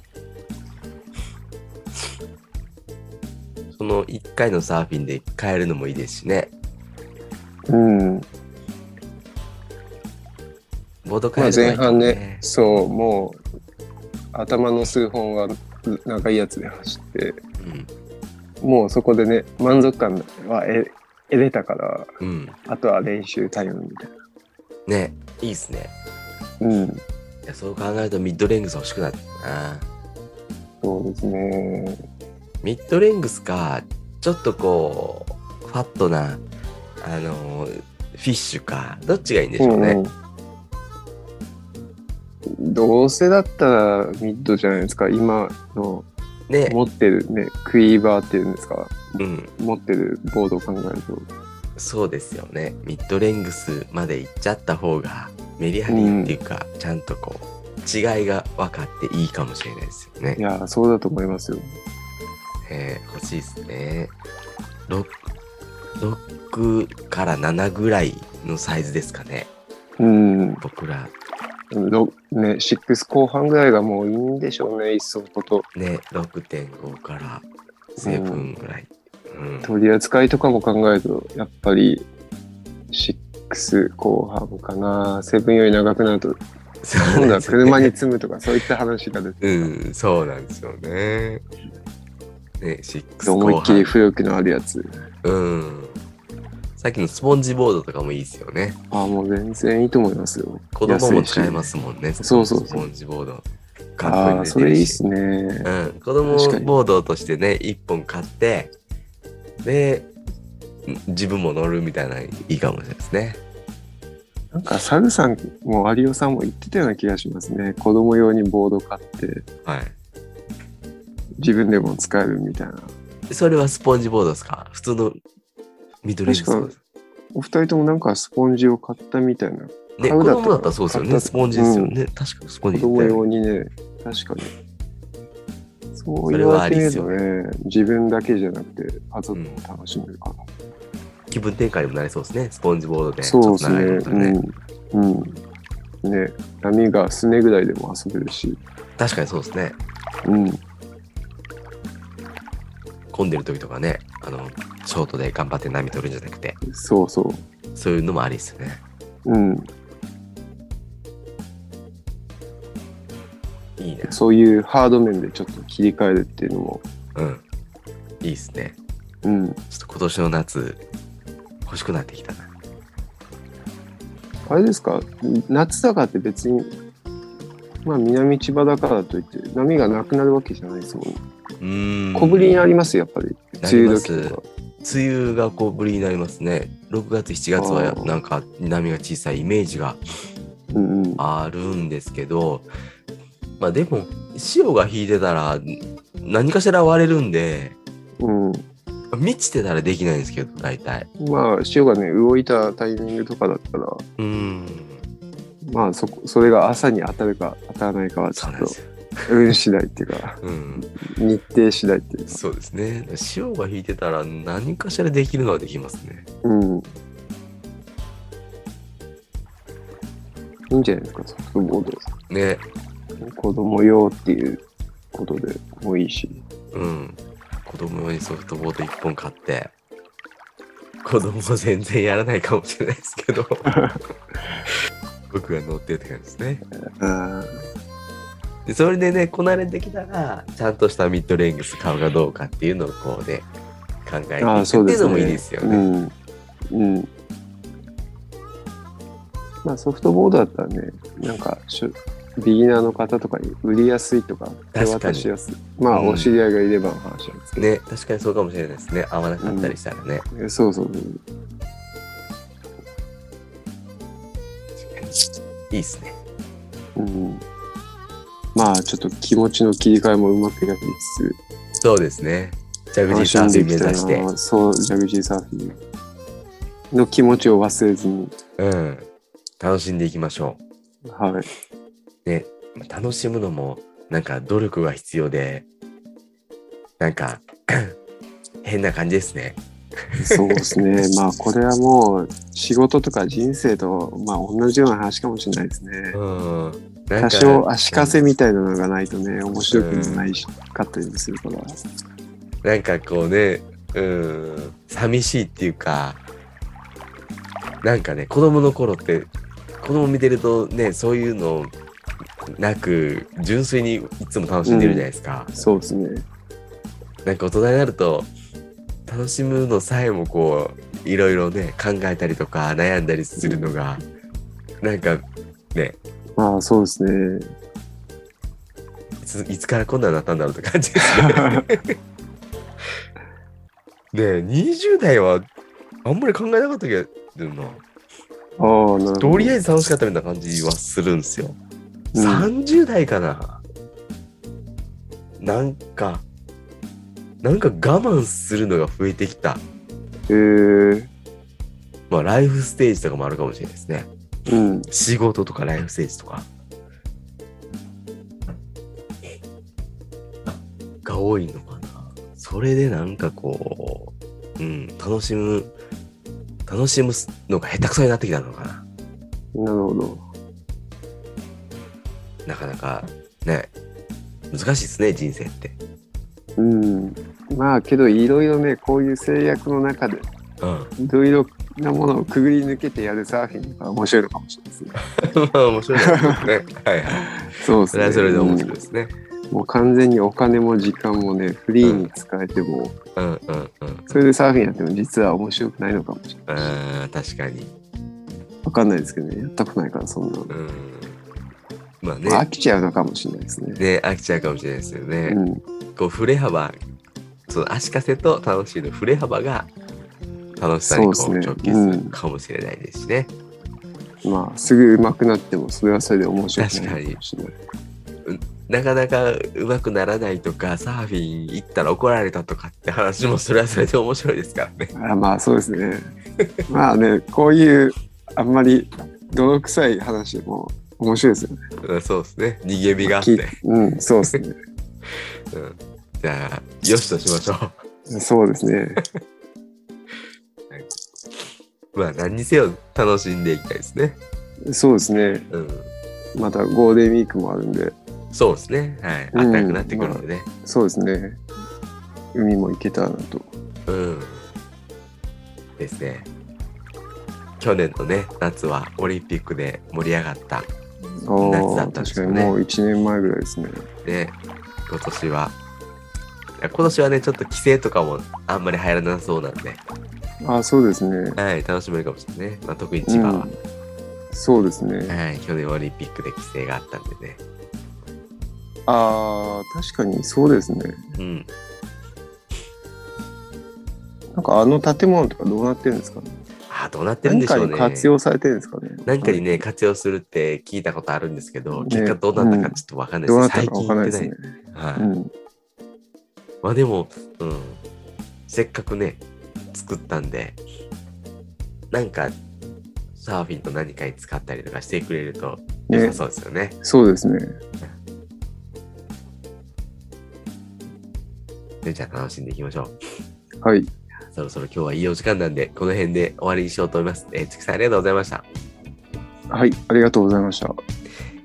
[SPEAKER 2] う
[SPEAKER 1] その1回のサーフィンで変えるのもいいですしね。
[SPEAKER 2] うん、ま
[SPEAKER 1] ボード変
[SPEAKER 2] あ
[SPEAKER 1] え、るのもい
[SPEAKER 2] 前
[SPEAKER 1] いかも
[SPEAKER 2] 半ねそうもう頭の数本は仲いいやつで走って
[SPEAKER 1] うん。
[SPEAKER 2] もうそこでね満足感は得得れたから
[SPEAKER 1] うん。
[SPEAKER 2] あとは練習タイムみたい
[SPEAKER 1] ね、いいですね。
[SPEAKER 2] なう
[SPEAKER 1] い
[SPEAKER 2] ん
[SPEAKER 1] やそう考えるとミッドレングス欲しくなったな。
[SPEAKER 2] そうですね
[SPEAKER 1] ミッドレングスか、ちょっとこう、ファットな、あのーフィッシュか、どっちがいいんでしょうね。
[SPEAKER 2] うんうんどうせだったらミッドじゃないですか今の
[SPEAKER 1] ね、
[SPEAKER 2] 持ってるねクイーバーっていうんですか
[SPEAKER 1] うん、
[SPEAKER 2] 持ってるボードを考えると
[SPEAKER 1] そうですよね。ミッドレングスまで行っちゃった方が、メリハリっていうか、ちゃんとこう、違いが分かっていいかもしれないですよね
[SPEAKER 2] い。やーそうだと思いますよ
[SPEAKER 1] えー欲しいですね。6、6から7ぐらいのサイズですかね。
[SPEAKER 2] うん
[SPEAKER 1] 僕ら、
[SPEAKER 2] ろね、6後半ぐらいがもういいんでしょうね、いっそのこと。
[SPEAKER 1] ね、6.5から7ぐらい。うん
[SPEAKER 2] 取り扱いとかも考えると、やっぱり6後半かな、7より長くなると、
[SPEAKER 1] そうなん
[SPEAKER 2] 今度は
[SPEAKER 1] ですよね
[SPEAKER 2] 車に積むとか、そういった話が出てくる。
[SPEAKER 1] うん、そうなんですよね。ね、6
[SPEAKER 2] 思い
[SPEAKER 1] 後
[SPEAKER 2] っきり
[SPEAKER 1] 半。
[SPEAKER 2] 浮力のあるやつ。
[SPEAKER 1] うん。さっきのスポンジボードとかもいいですよね。
[SPEAKER 2] あもう全然いいと思いますよ。
[SPEAKER 1] 子供も使
[SPEAKER 2] 安いし
[SPEAKER 1] えますもんね。
[SPEAKER 2] そうそうそう
[SPEAKER 1] スポンジボード。
[SPEAKER 2] ああー、
[SPEAKER 1] 学
[SPEAKER 2] そ
[SPEAKER 1] 校に出て
[SPEAKER 2] れ
[SPEAKER 1] る
[SPEAKER 2] いい
[SPEAKER 1] し
[SPEAKER 2] っすね。
[SPEAKER 1] うん、子供ボードとしてね1本買ってでん自分も乗るみたいなのいいかもしれないですね
[SPEAKER 2] なんか、サルさんも有オさんも言ってたような気がしますね。子供用にボード買って、
[SPEAKER 1] はい
[SPEAKER 2] 自分でも使えるみたいな。
[SPEAKER 1] それはスポンジボードですか普通のミドルエッグスボードです
[SPEAKER 2] お二人ともなんかスポンジを買ったみたいな
[SPEAKER 1] ね
[SPEAKER 2] 買
[SPEAKER 1] 子
[SPEAKER 2] うだったら
[SPEAKER 1] 供だったらそうですよ
[SPEAKER 2] 買
[SPEAKER 1] ね
[SPEAKER 2] った
[SPEAKER 1] スポンジですよね、確かにスポン
[SPEAKER 2] 子
[SPEAKER 1] ジ
[SPEAKER 2] 供
[SPEAKER 1] だよ
[SPEAKER 2] 用にね、確かに。そう
[SPEAKER 1] そ
[SPEAKER 2] 言
[SPEAKER 1] れは
[SPEAKER 2] わ
[SPEAKER 1] あ
[SPEAKER 2] れ
[SPEAKER 1] り
[SPEAKER 2] てみ
[SPEAKER 1] っ
[SPEAKER 2] る
[SPEAKER 1] す
[SPEAKER 2] と
[SPEAKER 1] よ
[SPEAKER 2] ね、自分だけじゃなくて、家族も楽しめるかな。
[SPEAKER 1] 気分転換にもなりそうですねスポンジボードで
[SPEAKER 2] そうですね
[SPEAKER 1] ちょっと長いことね、
[SPEAKER 2] うん。うん。ね、波がすねぐらいでも遊べるし、
[SPEAKER 1] 確かにそうですね
[SPEAKER 2] うん。
[SPEAKER 1] 混んでる時とかねあのショートで頑張って波取るんじゃなくて
[SPEAKER 2] そうそ
[SPEAKER 1] そういうのもありですよね
[SPEAKER 2] う。うん。
[SPEAKER 1] いいね
[SPEAKER 2] そういうハード面でちょっと切り替えるっていうのも、
[SPEAKER 1] うんいいですね
[SPEAKER 2] うん。
[SPEAKER 1] ちょっと今年の夏、欲しくなってきたな。
[SPEAKER 2] あれですか、夏だからって別に、まあ南千葉だからといって、波がなくなるわけじゃないですもんね。
[SPEAKER 1] うん
[SPEAKER 2] 小ぶりになりますよやっぱり。
[SPEAKER 1] な
[SPEAKER 2] 梅
[SPEAKER 1] り
[SPEAKER 2] 雨
[SPEAKER 1] ます
[SPEAKER 2] 時とか。
[SPEAKER 1] 梅雨が小ぶりになりますね。6月、7月
[SPEAKER 2] あ
[SPEAKER 1] は
[SPEAKER 2] ー
[SPEAKER 1] なんか波が小さいイメージが
[SPEAKER 2] うんうん。
[SPEAKER 1] あるんですけど、まあでも、潮が引いてたら何かしら割れるんで、
[SPEAKER 2] うん
[SPEAKER 1] 満ちてたらできないんですけど、大体。
[SPEAKER 2] まあ潮がね動いたタイミングとかだったら
[SPEAKER 1] うん。
[SPEAKER 2] まあそこそれが朝に当たるか当たらないかはち
[SPEAKER 1] そ
[SPEAKER 2] ょ
[SPEAKER 1] う
[SPEAKER 2] っ
[SPEAKER 1] なんで
[SPEAKER 2] と
[SPEAKER 1] すよ。
[SPEAKER 2] 運次第っていう か
[SPEAKER 1] うん。
[SPEAKER 2] 日程次第っていうか
[SPEAKER 1] そうですね。潮が引いてたら何かしらできるのはできますね。
[SPEAKER 2] うんいいんじゃないですかソフトボー
[SPEAKER 1] ね。
[SPEAKER 2] ド子供用っていうことでもいいし
[SPEAKER 1] うん。子供用にソフトボード1本買って、子供も全然やらないかもしれないです けど、僕が乗ってって感じですね。
[SPEAKER 2] あ
[SPEAKER 1] でそれでね、こなれてきたら、ちゃんとしたミッドレングス買うかどうかっていうのをこうね、考えていく
[SPEAKER 2] あ
[SPEAKER 1] って
[SPEAKER 2] そうで
[SPEAKER 1] いう
[SPEAKER 2] す
[SPEAKER 1] の
[SPEAKER 2] ね
[SPEAKER 1] もいいですよ
[SPEAKER 2] う
[SPEAKER 1] ね。
[SPEAKER 2] んうん。まあソフトボードだったらね、なんかしゅビギナーの方とかに売りやすいとか、手
[SPEAKER 1] 確か
[SPEAKER 2] 渡
[SPEAKER 1] に
[SPEAKER 2] しやすい。まあ、
[SPEAKER 1] うん
[SPEAKER 2] お知り合いがいればの話なんですけど。
[SPEAKER 1] ね、確かにそうかもしれないですね。合わなかったりしたらね。
[SPEAKER 2] えそうそうそう。
[SPEAKER 1] いいっすね。
[SPEAKER 2] うん。まあ、ちょっと気持ちの切り替えもうまくやりつつ、
[SPEAKER 1] そうですね。ジャグジーサーフィン目指して。
[SPEAKER 2] な。そう、ジャグジーサーフィンの気持ちを忘れずに。
[SPEAKER 1] うん。楽しんでいきましょ
[SPEAKER 2] はい。
[SPEAKER 1] う。まあ楽しむのも、なんか努力が必要で、なんか、 変な感じですね。
[SPEAKER 2] そうですね。まあ、これはもう、仕事とか人生と、まあ、同じような話かもしれないですね。
[SPEAKER 1] うん。なんか
[SPEAKER 2] 多少足かせみたいなのがないとね、面白くもないし、かったりもするから。
[SPEAKER 1] なんかこうね、うん、寂しいっていうか、なんかね、子供の頃って、子供見てるとね、そういうのなく、純粋にいつも楽しんでるじゃないですか。
[SPEAKER 2] そうですね。
[SPEAKER 1] なんか大人になると、楽しむのさえもこう、いろいろね、考えたりとか悩んだりするのが、なんかね、
[SPEAKER 2] まあ、そうですね。
[SPEAKER 1] いついつからこんなんなったんだろうって感じ ですね。ね20代はあんまり考えなかったけどな。
[SPEAKER 2] ああ、なるほど。
[SPEAKER 1] とりあえず楽しかったみたいな感じはするんですよ。
[SPEAKER 2] うん
[SPEAKER 1] 30代かななんか、なんか我慢するのが増えてきた。
[SPEAKER 2] えー、
[SPEAKER 1] まあ、ライフステージとかもあるかもしれないですね。
[SPEAKER 2] うん。
[SPEAKER 1] 仕事とかライフステージとか。が多いのかな。それでなんかこう、うん、楽しむ、楽しむのが下手くそになってきたのかな。
[SPEAKER 2] なるほど。
[SPEAKER 1] なかなかね、難しいですね、人生って。
[SPEAKER 2] うん。まあ、けど、いろいろね、こういう制約の中で、
[SPEAKER 1] うん。
[SPEAKER 2] いろいろなものをくぐり抜けてやるサーフィンが面白いのかもしれないですね。
[SPEAKER 1] まあ面白いですね。はいはい。
[SPEAKER 2] そうです
[SPEAKER 1] そ
[SPEAKER 2] ね。
[SPEAKER 1] れはそれで面白いですね。
[SPEAKER 2] うんもう完全にお金も時間もね、フリーに使えても、
[SPEAKER 1] うんうんうん。
[SPEAKER 2] それでサーフィンやっても実は面白くないのかもしれ
[SPEAKER 1] あ
[SPEAKER 2] ない。
[SPEAKER 1] ー確かに。
[SPEAKER 2] わかんないですけどね、やったことないから、そんなの。
[SPEAKER 1] うん。まあ
[SPEAKER 2] まあ
[SPEAKER 1] ね
[SPEAKER 2] 飽、きちゃうのかもしれないですね。
[SPEAKER 1] ね、飽きちゃうかもしれないですよね。
[SPEAKER 2] うん、
[SPEAKER 1] こう、振れ幅、その足かせと楽しいの振れ幅が、楽しさにこ
[SPEAKER 2] そう
[SPEAKER 1] う
[SPEAKER 2] ですね
[SPEAKER 1] 直結す
[SPEAKER 2] うん
[SPEAKER 1] るかもしれないですしね。
[SPEAKER 2] まあすぐ上手くなってもそれはそれで面白くないのかもしれない。
[SPEAKER 1] なかなか上手くならないとか、サーフィン行ったら怒られたとかって話もそれはそれで面白いですからね。
[SPEAKER 2] あまあそうですね。 まあねこういうあんまり泥臭い話も面白いですよね。
[SPEAKER 1] うんそうですね。逃げ身があっ
[SPEAKER 2] 聞い
[SPEAKER 1] て。
[SPEAKER 2] うんそうですね。
[SPEAKER 1] うんじゃあ、よしとしましょ
[SPEAKER 2] そうですね。
[SPEAKER 1] う。まあ、何にせよ楽しんでいきたいですね。
[SPEAKER 2] そうですね。
[SPEAKER 1] うん。
[SPEAKER 2] またゴールデンウィークもあるんで、そう
[SPEAKER 1] そうですね。はい。
[SPEAKER 2] う
[SPEAKER 1] 暖
[SPEAKER 2] ん
[SPEAKER 1] かくなってくるのでね。
[SPEAKER 2] ですね。海も行けたらなと。
[SPEAKER 1] うん。ですね。去年のね、夏はオリンピックで盛り上がった。夏だ
[SPEAKER 2] あ
[SPEAKER 1] った
[SPEAKER 2] あ、
[SPEAKER 1] んで
[SPEAKER 2] 確
[SPEAKER 1] す
[SPEAKER 2] か
[SPEAKER 1] よ
[SPEAKER 2] に
[SPEAKER 1] ね
[SPEAKER 2] もう1年前ぐらいですね。
[SPEAKER 1] で、今年は。今年はね、ちょっと規制とかもあんまり入らなそうなんで、
[SPEAKER 2] ああ、そうですね。
[SPEAKER 1] はい、楽しめるかもしれないね。まあ、特に
[SPEAKER 2] う
[SPEAKER 1] 千葉は、
[SPEAKER 2] ん、そうですね。
[SPEAKER 1] はい、去年オリンピックで規制があったんでね。
[SPEAKER 2] ああ、確かにそうですね。
[SPEAKER 1] うん。
[SPEAKER 2] なんかあの建物とかどうなってるんですかね。
[SPEAKER 1] ああ、どうなってるん
[SPEAKER 2] 何
[SPEAKER 1] でし
[SPEAKER 2] か
[SPEAKER 1] ょう
[SPEAKER 2] に
[SPEAKER 1] ね。
[SPEAKER 2] 活用されてるんですかね。
[SPEAKER 1] 何かにね、活用するって聞いたことあるんですけど、
[SPEAKER 2] ね
[SPEAKER 1] 結果どうなったかちょっとわかんない
[SPEAKER 2] どう
[SPEAKER 1] で
[SPEAKER 2] なっ
[SPEAKER 1] す。
[SPEAKER 2] た
[SPEAKER 1] 最
[SPEAKER 2] か
[SPEAKER 1] 近
[SPEAKER 2] わ
[SPEAKER 1] 行
[SPEAKER 2] かんな
[SPEAKER 1] っ
[SPEAKER 2] い
[SPEAKER 1] て
[SPEAKER 2] で
[SPEAKER 1] な
[SPEAKER 2] す
[SPEAKER 1] い。
[SPEAKER 2] ね。
[SPEAKER 1] は
[SPEAKER 2] う
[SPEAKER 1] い。
[SPEAKER 2] ん、
[SPEAKER 1] まあでも、うん。せっかくね、作ったんで、なんか、サーフィンと何かに使ったりとかしてくれると良
[SPEAKER 2] ね
[SPEAKER 1] さ、そうですよね。
[SPEAKER 2] そうですね。
[SPEAKER 1] でじゃあ楽しんでいきましょう。
[SPEAKER 2] はい、
[SPEAKER 1] そろそろ今日はいいお時間なんで、この辺で終わりにしようと思います。えー、月さんありがとうございました。
[SPEAKER 2] はい、ありがとうございました。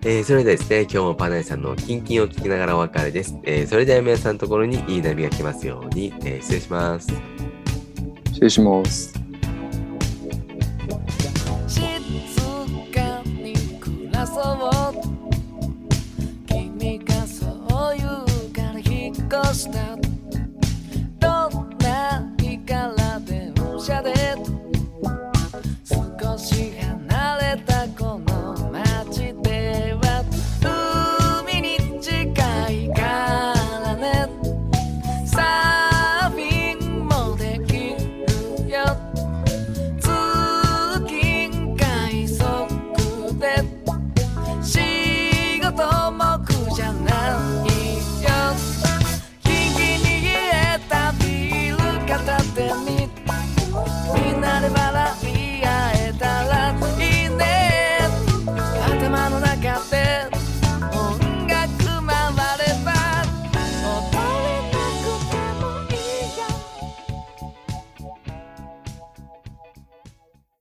[SPEAKER 1] えーそれではですね、今日もパナイさんのキンキンを聞きながらお別れです。えーそれでは皆さんのところにいい波が来ますように、えー失礼します。
[SPEAKER 2] 失礼します。
[SPEAKER 3] 静かに暮らそう君がそう言うから引っ越した